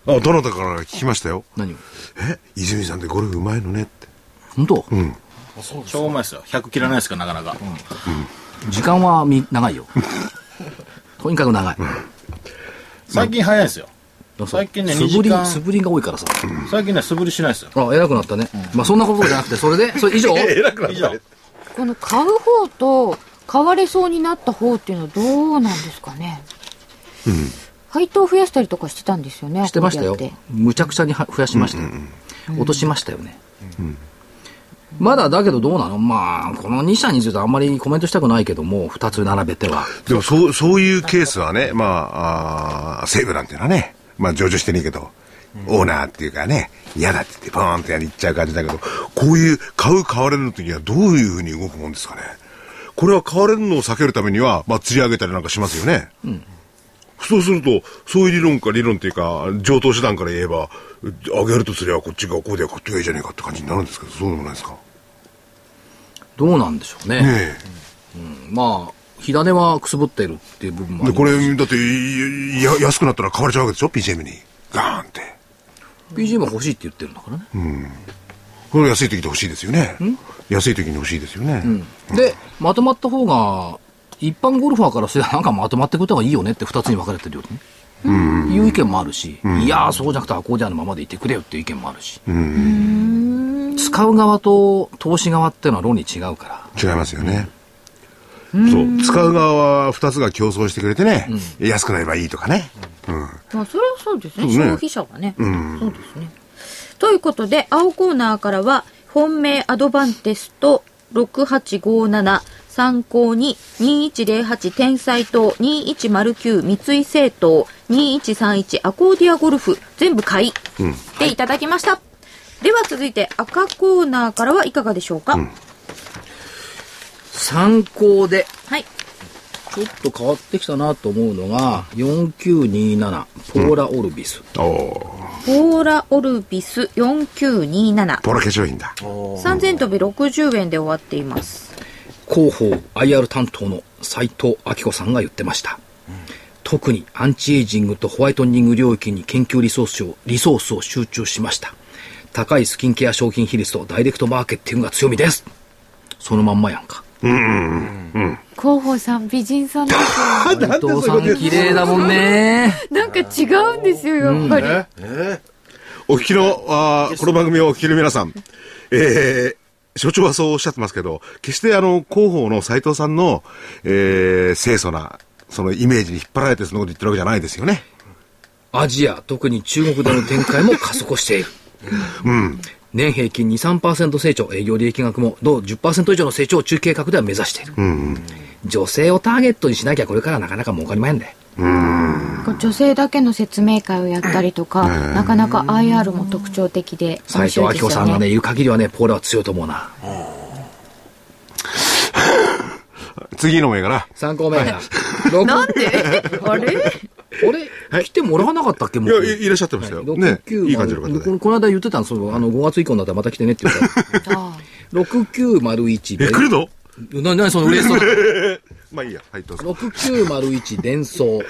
S4: あ、どなたから聞きましたよ。
S2: 何を
S4: え、泉さんってゴルフうまいのねって。
S2: 本当、
S4: うん。
S3: 超うまいですよ。100切らないですから、なかなか。
S2: 時間はみ長いよとにかく長い、
S3: 最近早いですよ。最近ね
S2: 素振
S3: 2時
S2: り
S3: 間
S2: 素振りが多いからさ、
S3: 最近ね、素振りしないですよ。
S2: あ偉くなったね、まあそんなことじゃなくてそれでそれ以上
S4: 偉くなっ
S3: 以上。
S1: この買う方と買われそうになった方っていうのはどうなんですかね。配当増やしたりとかしてたんですよね。
S2: してましたよ
S1: こうやって
S2: むちゃくちゃには増やしましたよ、落としましたよね、まだだけどどうなのまあこの2社についてはあんまりコメントしたくないけども2つ並べては
S4: でもそう、そういうケースはね、まあ、あー西武なんていうのはね、まあ上場してねえけど、オーナーっていうかね、嫌だって言って、ポーンとやりっちゃう感じだけど、こういう買う、買われるの時にはどういうふうに動くもんですかね。これは買われるのを避けるためには、まあ釣り上げたりなんかしますよね。そうすると、そういう理論か理論っていうか、上等手段から言えば、上げるとすればこっちがこうで買ってりゃいいじゃねえかって感じになるんですけど、そうでもないですか。
S2: どうなんでしょうね
S4: ねえ。
S2: まあ火種はくすぶってるっていう部分もあ
S4: で、
S2: る
S4: これ、だって、いや、安くなったら買われちゃうわけでしょ ?PCM に。ガーンって。
S2: PG も欲しいって言ってるんだからね、
S4: これ安い時で欲しいですよね。安い時に欲しいですよね。
S2: でまとまった方が一般ゴルファーからすればなんかまとまってくれた方がいいよねって2つに分かれてるよね、いう意見もあるし、いやーそうじゃなくてアコーディアンのままでいてくれよっていう意見もあるし、使う側と投資側っていうのは論理違うから
S4: 違いますよね。そう。使う側は2つが競争してくれてね、安くなればいいとかね。
S1: まあそれはそうですね
S4: そうね
S1: 消費者はね、そうですね。ということで青コーナーからは本命アドバンテスト6857参考に2108天才党2109三井政党2131アコーディアゴルフ全部買いでいただきました、では続いて赤コーナーからはいかがでしょうか、
S2: 参考で
S1: はい
S2: ちょっと変わってきたなと思うのが4927ポーラオルビス、
S4: おお。
S1: ポーラオルビス4927
S4: ポラ化粧品だ。
S1: 3000飛び60円で終わっています
S2: 広報 IR 担当の斉藤明子さんが言ってました、特にアンチエイジングとホワイトニング領域に研究リソースをリソースを集中しました高いスキンケア商品比率とダイレクトマーケティングが強みですそのまんまやんか
S9: 広報さん美人さんです
S2: 斉 藤さん綺麗だもんね
S9: よなんか違うんですよやっぱり、
S4: お聞きの、あーこの番組をお聞きの皆さん、えー、所長はそうおっしゃってますけど、決してあの、広報の斉藤さんの、えー、清楚な、そのイメージに引っ張られてそのこと言ってるわけじゃないですよね。
S2: アジア、特に中国での展開も加速している。
S4: うん。
S2: 年平均2、3%成長、営業利益額も同10%以上の成長を中計画では目指している。
S4: うん。
S2: 女性をターゲットにしなきゃこれからなかなか儲かりまへんで。
S9: 女性だけの説明会をやったりとか、なかなか IR も特徴的で
S2: 斉
S9: 面
S2: 藤
S9: 白
S2: 明
S9: いです
S2: 子
S9: よね
S2: さんがね、いる限りはね、ポーラは強いと思うな。
S4: 次の銘柄。
S2: 参考銘柄。六
S1: なんで あれ
S2: あれ来てもらわなかったっけも
S4: いや、いいらっしゃってましたよ。ね。いい感じの方で。
S2: この間言ってたんですよ。あの、5月以降になったらまた来てねって言った6901
S4: え、来るの
S2: な、な にその嬉しそうな。
S4: まあいいや。はい、どうぞ。
S2: 6901伝送。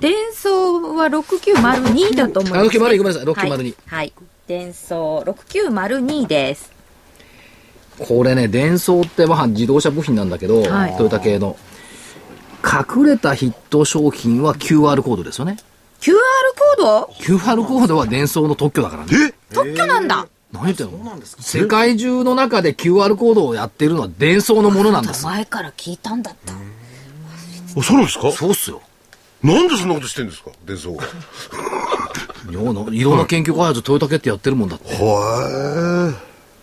S1: 伝送は6902だと思います、
S2: あ6902ごめんなさい6902
S1: はい、はい、伝送6902です
S2: これね、伝送ってまあ自動車部品なんだけど、
S1: はい
S2: トヨタ系の。隠れたヒット商品は QR コードですよね。
S1: QR コード
S2: QR コードは伝送の特許だからね。
S4: え
S1: 特許なんだ、
S2: 何言ってんの世界中の中で QR コードをやってるのは伝送のものなんです。
S1: 前から聞いたんだった
S4: あそうなんですか
S2: そうっすよ。
S4: なんでそんなことしてんですか伝送が。
S2: 日本のいろんな研究開発、トヨタ系ってやってるもんだって。
S4: は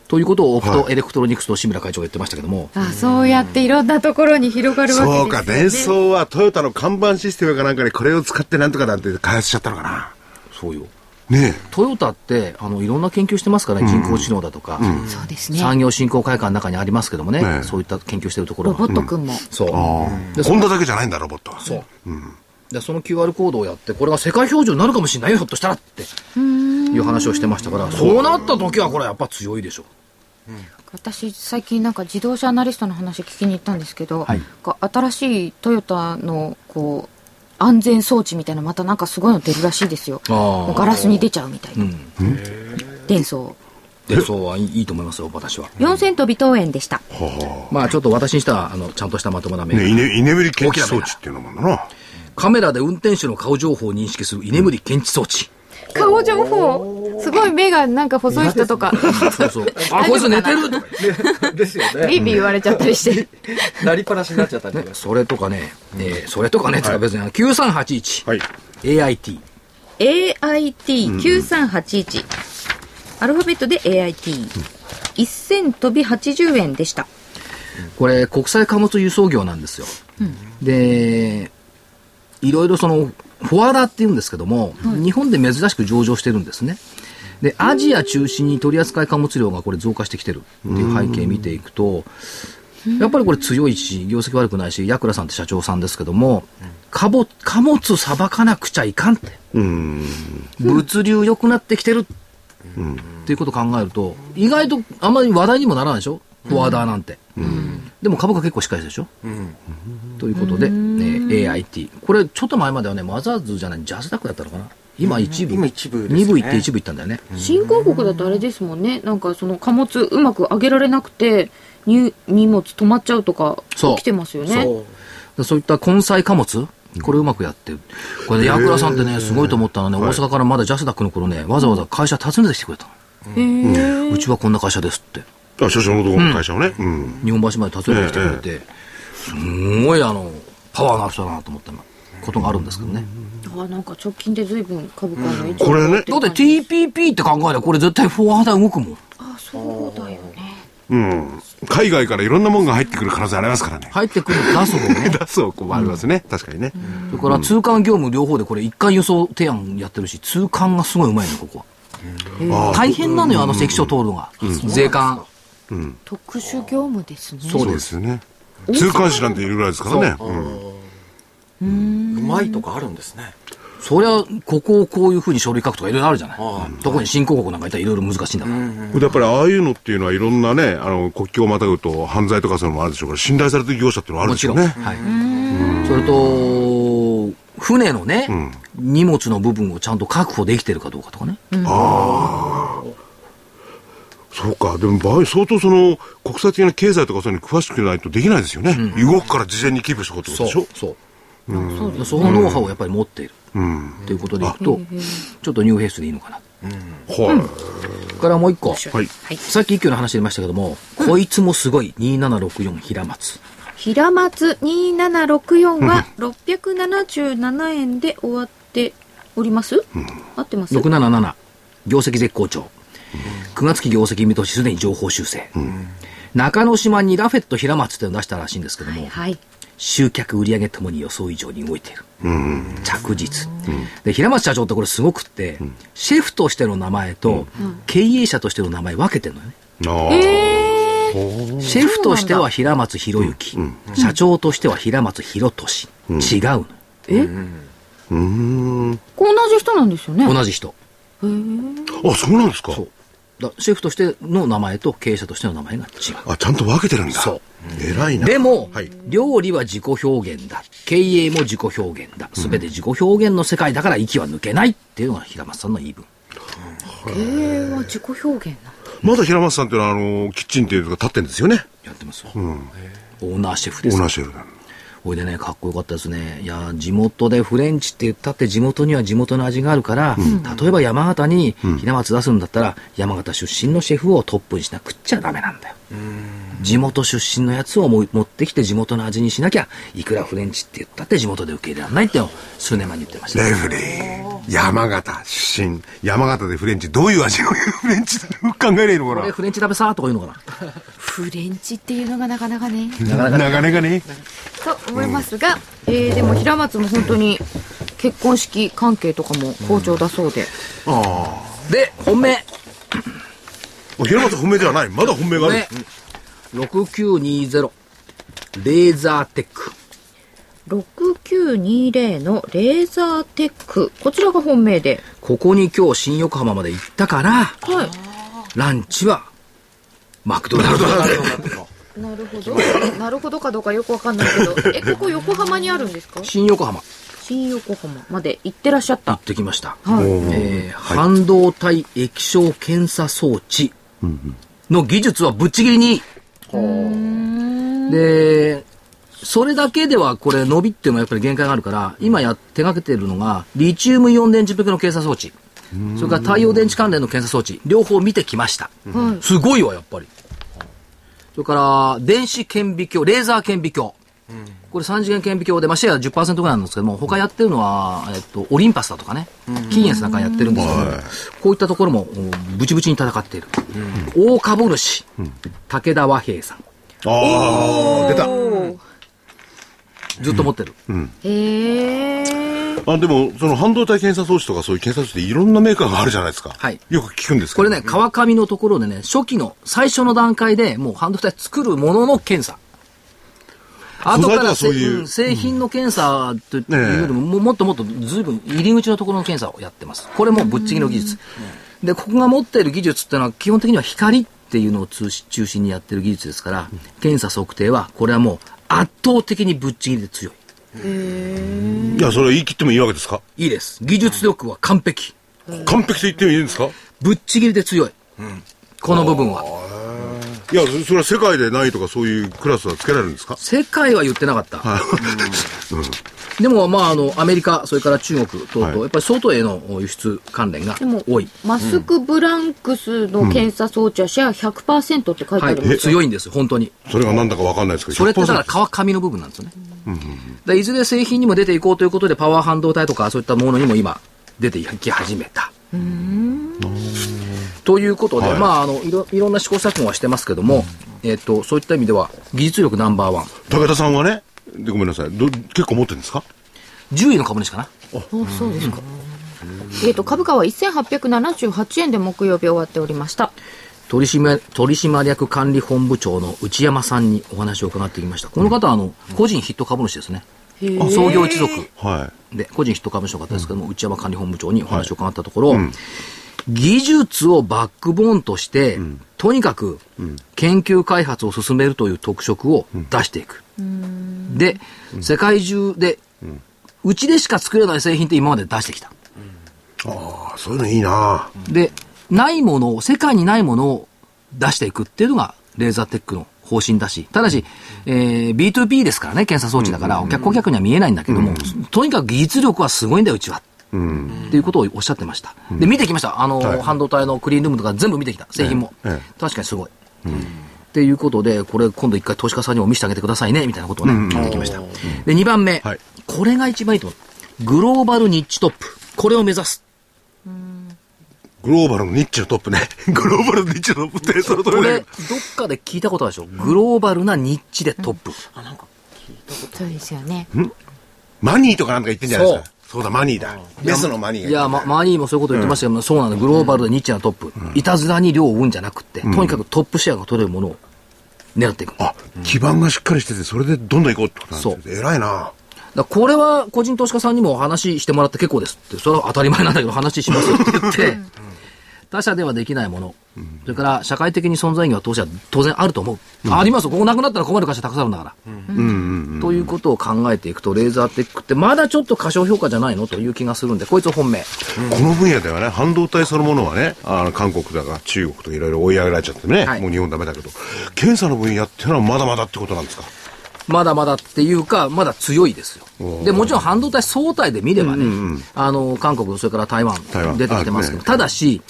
S2: ということをオプトエレクトロニクスの志村会長が言ってましたけども、
S9: あそうやっていろんなところに広が
S4: い。
S9: るわけですよ、ね、
S4: そうか、伝送はトヨタの看板システムかなんかでこれを使ってなんとかなんて開発しちゃったのかな。
S2: そうよ。
S4: ね
S2: トヨタって、あの、いろんな研究してますからね、人工知能だとか、
S9: そうですね
S2: 産業振興会館の中にありますけどもね、
S4: ね
S2: そういった研究してるところ
S9: ロボ
S2: は。
S9: ット君も、
S2: そう。
S4: え。ホンダだけじゃないんだ、ロボットは。
S2: そう。で、その QR コードをやって、これが世界標準になるかもしれないよ、ひょっとしたらって、いう話をしてましたから、そうなった時はこれやっぱ強いでしょ。
S9: 私最近なんか自動車アナリストの話聞きに行ったんですけど、
S2: はい
S9: なんか新しいトヨタのこう安全装置みたいなまたなんかすごいの出るらしいですよ
S2: あー
S9: もうガラスに出ちゃうみたいな、
S2: ん
S9: 伝送
S2: で、そうはいいいいと思いますよ、私は。
S1: 4000飛び当園でした
S2: まあちょっと私にしたら、あの、ちゃんとしたまともな面。
S4: ねイネ、居眠り検知装置っていうのもあるんだな。
S2: カメラで運転手の顔情報を認識する居眠り検知装置。
S9: 顔情報すごい目がなんか細い人とか
S2: そうそう。あ、こいつ寝てる
S3: ですよね。
S9: ビビ言われちゃったりして
S3: なりっぱなしになっちゃったりとか。
S2: それとかね、えーそれとかね、つうか別に、9381、
S4: はい。
S2: AIT。
S1: AIT9381、アルファベットで AIT1000 飛び80円でした
S2: これ、国際貨物輸送業なんですよ。で、いろいろその、フォアラって言うんですけども、日本で珍しく上場してるんですね。で、アジア中心に取扱貨物量がこれ増加してきてるっていう背景見ていくと、やっぱりこれ強いし、業績悪くないし、ヤクラさんって社長さんですけども、貨物、貨物さばかなくちゃいかんって。
S4: うん。
S2: 物流良くなってきてる、っていうことを考えると意外とあんまり話題にもならないでしょフォワーダーなんて、でも株価結構しっかりしてるでしょ、ということで、えー AIT これちょっと前まではねマザーズじゃないジャスダックだったのかな今一部、
S3: 今一部ですね
S2: 二部行って一部行ったんだよね、
S9: 新興国だとあれですもんねなんかその貨物うまく上げられなくて入荷物止まっちゃうとか
S2: そう
S9: 起きてますよね
S2: そうだそういった根菜貨物これをうまくやってるこれねヤクラさんってねすごいと思ったのはね、大阪からまだジャスダックの頃ねわざわざ会社訪ねてきてくれたの、うちはこんな会社ですって
S4: あ、所長のところの会社をね。うん。
S2: 日本橋まで訪ねてきてくれて、すんごいあのパワーのある人だなと思ったことがあるんですけどね、
S9: あなんか直近で随分株価の位置
S4: これね。
S2: だって TPP って考えたらこれ絶対フォア肌動くもん
S4: うん。海外からいろんなもんが入ってくる可能性ありますからね。
S2: 入ってくるの出す方ね
S4: 出す方向もありますね。確かにね。
S2: それから通関業務両方でこれ一貫輸送提案やってるし通関がすごいうまいのここは大変なのよあの関所通るのが、税関
S9: 特殊業務ですね
S4: そうですよね。通関士なんているぐらいですからね。うん
S3: うまいとかあるんですね。
S2: そりゃここをこういうふうに書類書くとかいろいろあるじゃない、特に新興国なんかいたらいろいろ難しいんだから、
S4: でやっぱりああいうのっていうのはいろんなね、あの、国境をまたぐと犯罪とかそういうのもあるでしょうから、信頼されてる業者っていうのはある
S2: も
S4: でし
S2: ち
S4: ょう
S2: ろ、
S4: んね。
S2: はい、それと船のね、荷物の部分をちゃんと確保できてるかどうかとかね、
S4: そうか。でも場合、相当その、国際的な経済とかそういうのに詳しくないとできないですよね。動くから事前にキープしておこうってことでしょ
S2: そう、そうそのノウハウをやっぱり持っている
S4: うん。
S2: ということでいくとちょっとニューフェイスでいいのかな
S4: は
S2: それからもう一個、
S4: い。はい。
S2: さっき一挙の話出ましたけども、こいつもすごい2764平松
S1: 平松2764は677円で終わって
S9: おります、合ってます
S2: 677業績絶好調、9月期業績見通しすでに上方修正、中之島にラフェット平松というのを出したらしいんですけども、
S9: はい。
S2: 集客売上ともに予想以上に動いている、着実、で平松社長ってこれすごくって、シェフとしての名前と経営者としての名前分けてるのよね、
S4: ああ、
S2: シェフとしては平松博之、社長としては平松博俊、違うの
S9: こう同じ人なんですよね。
S2: 同じ人
S4: あ、そうなんですか。
S2: だシェフとしての名前と経営者としての名前が違
S4: あ、ちゃんと分けてるんだ。
S2: そう。
S4: 偉いうな。
S2: でも、
S4: はい。
S2: 料理は自己表現だ経営も自己表現だ全て自己表現の世界だから息は抜けないっていうのが平松さんの言い分
S9: えは自己表現な
S4: まだ平松さんっていうのは、あの、キッチンっていうのが立ってんですよね。
S2: やってますよ、オーナーシェフ
S4: オ
S2: で
S4: ー
S2: すか
S4: ナ
S2: ら
S4: ーシェルだ。
S2: ほいでねかっこよかったですねいや地元でフレンチって言ったって地元には地元の味があるから、例えば山形に平松出すんだったら、山形出身のシェフをトップにしなくっちゃダメなんだよ地元出身のやつをも持ってきて地元の味にしなきゃいくらフレンチって言ったって地元で受け入れられないってのを数年前に言ってました
S4: レフリー。山形出身。山形でフレンチ。どういう味をフレンチだろう考えれいの
S2: こ
S4: か
S2: れフレンチ食べさーとか言うのか
S1: フレンチっていうのがなかなかね。
S4: な。なかなかね。
S9: と思いますが、えーでも平松も本当に結婚式関係とかも好調だそうで。
S2: なで本命
S4: あ平松本命ではない。まだ本命がある
S2: ね。6920レーザーテック
S9: 6920のレーザーテック。こちらが本命で。
S2: ここに今日新横浜まで行ったから
S9: はい。
S2: ランチはマクドナルドだって
S9: なるほど。なるほどかどうかよくわかんないけど。 え、ここ横浜にあるんですか
S2: 新横浜
S9: 新横浜まで行ってらっしゃっ
S2: 行
S9: た
S2: っ。てきました、
S9: はい。
S2: えー半導体液晶検査装置の技術はぶっちぎりにいいでそれだけではこれ伸びっていうのはやっぱり限界があるから今や手がけてるのがリチウムイオン電池向けの検査装置それから太陽電池関連の検査装置両方見てきました、
S9: はい
S2: すごいわやっぱりそれから電子顕微鏡レーザー顕微鏡これ3次元顕微鏡で、まあ、シェア10%ぐらいなんですけども、他やってるのは、えっと、オリンパスだとかね、金エスなんかやってるんですけども、こういったところも、うんブチブチに戦っている。大株主、武田和平さん。
S4: ああ、出た。
S2: ずっと持ってる。
S9: へー。
S4: あ、でも、その半導体検査装置とかそういう検査装置っていろんなメーカーがあるじゃないですか。
S2: はい
S4: よく聞くんですけ
S2: こ
S4: ど
S2: れね、川上のところでね、初期の、最初の段階でもう半導体作るものの検査。
S4: 素
S2: 後
S4: 材
S2: か
S4: と
S2: ら
S4: か
S2: せ
S4: そういう
S2: うん製品の検査というよりも、ももっともっとずいぶん入り口のところの検査をやってます。これもぶっちぎりの技術。で、ここが持っている技術っていうのは基本的には光っていうのを通し中心にやってる技術ですから、検査測定は、これはもう圧倒的にぶっちぎりで強い。
S4: いや、それ言い切ってもいいわけですか
S2: いいです。技術力は完璧。
S4: 完璧と言ってもいいんですか
S2: ぶっちぎりで強い。この部分は。
S4: いや、そそれは世界でないとかそういうクラスはつけられるんですか
S2: 世界は言ってなかった。でも、まあ、あの、アメリカ、それから中国等々、
S4: はい
S2: やっぱり外への輸出関連が
S9: でも
S2: 多い。
S9: マスクブランクスの検査装置はシェア100%って書いて
S2: は
S9: あります
S2: い、強いんです、本当に。
S4: それが何だかわかんないですけど。
S2: それってだから
S4: 100%
S2: 皮紙の部分なんですよね。でいずれ製品にも出ていこうということで、パワー半導体とかそういったものにも今、出ていき始めた。ということで、
S4: はい
S2: まあ、あの、いろ、いろんな試行錯誤はしてますけども、えっと、そういった意味では、技術力ナンバーワン。
S4: 武田さんはね、でごめんなさい。ど結構持ってるんですか
S2: 10位の株主かな。
S9: あそうですか。えっと、株価は1878円で木曜日終わっておりました。
S2: 取締取締役管理本部長の内山さんにお話を伺ってきました。この方は、あの、個人筆頭株主ですね。創業一族
S4: は
S2: で、個人筆頭株主の方ですけども、内山管理本部長にお話を伺ったところ、技術をバックボーンとして、とにかく研究開発を進めるという特色を出していく。で、世界中で、うちでしか作れない製品って今まで出してきた。
S4: い。あそういうのいいな
S2: で、ないものを、世界にないものを出していくっていうのが、レーザーテックの方針だし、ただし、えー、B2B ですからね、検査装置だから、お客、顧客には見えないんだけども、とにかく技術力はすごいんだよ、うちは。っていうことをおっしゃってました。で、見てきました。あの、
S4: はい
S2: 半導体のクリーンルームとか全部見てきた、製品も。
S4: ええ
S2: 確かにすごい。っていうことで、これ今度一回投資家さんにも見せてあげてくださいね、みたいなことをね、言ってきました。で、2番目、
S4: はい
S2: これが一番いいと思う。グローバルニッチトップ。これを目指す。
S4: グローバルのニッチのトップ ね。グローバルのニッチのトップって、その通
S2: こ
S4: りだ
S2: れ、
S4: け
S2: どっ
S4: ど
S2: かで聞いたことあるでしょグローバルなニッチでトップ。
S1: そうですよね。
S4: マニーとかなんか言ってんじゃないですか。そうだ、マニーだ。ベスのマニーが
S2: いや、ま、マニーもそういうこと言ってましたけど、そうなんだ。グローバルでニッチなトップ。いたずらに量を追うんじゃなくて、とにかくトップシェアが取れるものを狙っていく。
S4: あ、基盤がしっかりしてて、それでどんどん行こうってことなんですよ。偉いな。
S2: だからこれは個人投資家さんにもお話ししてもらって結構ですって、それは当たり前なんだけど話しますよって言って、他社ではできないもの、それから社会的に存在意義は当社当然あると思う。ありますよ。ここなくなったら困る会社たくさんあるんだから。ということを考えていくと、レーザーテックってまだちょっと過小評価じゃないのという気がするんで、こいつ本命。
S4: この分野ではね、半導体そのものはね、あの韓国だか中国といろいろ追い上げられちゃってね、
S2: はい
S4: もう日本ダメだけど、検査の分野ってのはまだまだってことなんですか。
S2: まだまだっていうか、まだ強いですよ。で、もちろん半導体総体で見ればね、あの、韓国、それから台湾
S4: 台、湾
S2: 出てきてますけど、
S4: あね
S2: ただし、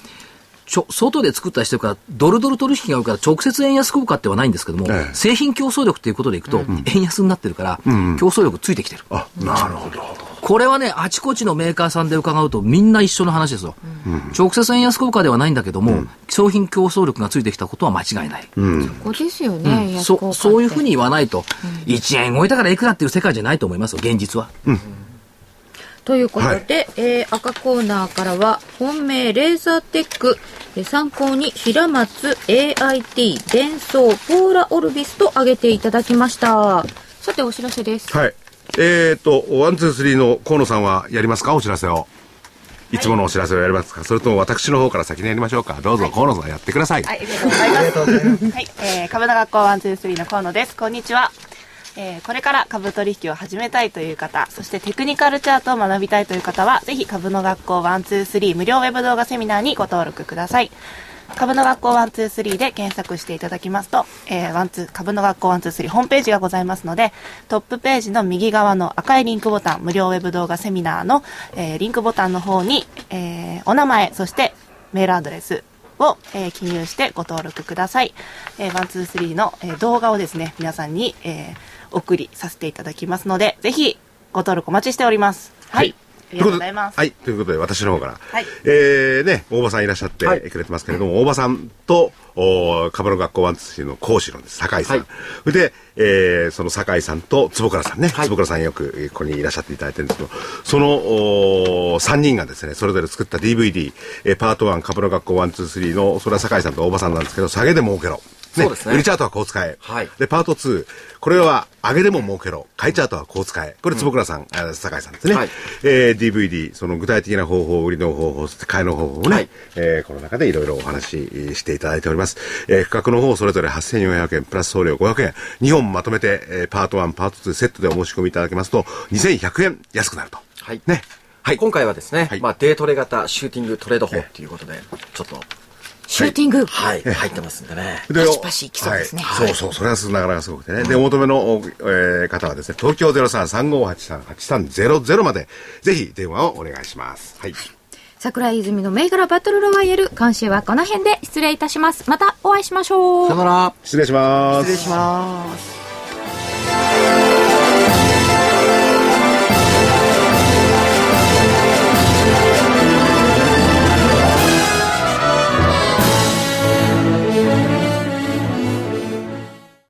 S2: ちょ外で作った人からドルドル取引が多いから直接円安効果ってはないんですけども、
S4: ええ
S2: 製品競争力ということでいくと、円安になってるから、競争力ついてきてる。
S4: あ、なるほど。
S2: これはね、あちこちのメーカーさんで伺うと、みんな一緒の話ですよ。直接円安効果ではないんだけども、商品競争力がついてきたことは間違いない。
S1: ここですよね、安子を
S2: そ
S1: 買って
S2: そういうふうに言わないと、1円動いたからいくらっていう世界じゃないと思いますよ、現実は。
S1: ということで、えー赤コーナーからは本命レーザーテックえー参考に平松 AIT デンソーポーラオルビスと挙げていただきましたさてお知らせです、
S4: はい。えっ、ー、と、ワン、ツー、スリーの河野さんはやりますかお知らせを。いつものお知らせをやりますか、それとも私の方から先にやりましょうかどうぞ、河野さんやってください。
S9: はい、ありがとうございます。はい、えー、株の学校ワンツースリーの河野です。こんにちは。えー、これから株取引を始めたいという方、そしてテクニカルチャートを学びたいという方は、ぜひ株の学校ワンツースリー無料ウェブ動画セミナーにご登録ください。株の学校ワンツースリーで検索していただきますと、えー、ワンツー、株の学校ワンツースリーホームページがございますので、トップページの右側の赤いリンクボタン、無料ウェブ動画セミナーの、えー、リンクボタンの方に、えー、お名前、そしてメールアドレス、を、えー記入してご登録ください。えー、123の、えー動画をですね、皆さんに、えーお送りさせていただきますので、ぜひご登録お待ちしております。はい。ありがとうございます。
S4: ということではい、ということで私の方から。
S9: はい
S4: えー、ね、大場さんいらっしゃって
S2: はい
S4: くれてますけれども、大場さんと、おカバの学校ワンツースリーの講師のです酒井さん。
S2: はい
S4: それで、えー、その酒井さんと坪倉さんね、
S2: はい
S4: 坪倉さんよくえーここにいらっしゃっていただいてるんですけど、その、お3人がですね、それぞれ作った DVD、えーパート1、カバの学校ワンツースリーの、それは酒井さんと大場さんなんですけど、下げで儲けろ。
S2: そうですね
S4: 売りチャートはこう使え。
S2: はい
S4: で、パート2、これは上げでも儲けろ、買いチャートはこう使え。これ、坪倉さん、あ酒井さんですね。
S2: はい
S4: えー DVD、その具体的な方法、売りの方法、そして買いの方法をね、
S2: はい
S4: えーこの中でいろいろお話ししていただいております。えー価格の方、それぞれ8400円、プラス送料500円、2本まとめて、えーパート1、パート2セットでお申し込みいただけますと、2100円安くなると。
S5: はい
S4: ね。はい。
S5: 今回はですね、
S4: はい
S5: まあ、デートレ型シューティングトレード法ということで、ちょっと、
S1: シューティング、
S5: はい、入ってますんでね。
S4: で
S1: パシパシいきそうですね
S4: はい、そうそう、それはすなかなかすごくてね。で、お求めの、おえー方はですね、東京0335838300まで、ぜひ電話をお願いします。はい。
S1: 桜井泉の銘柄バトルロワイヤル今週はこの辺で失礼いたしますまたお会いしましょう
S2: さよなら。
S4: 失礼します。
S5: 失礼します。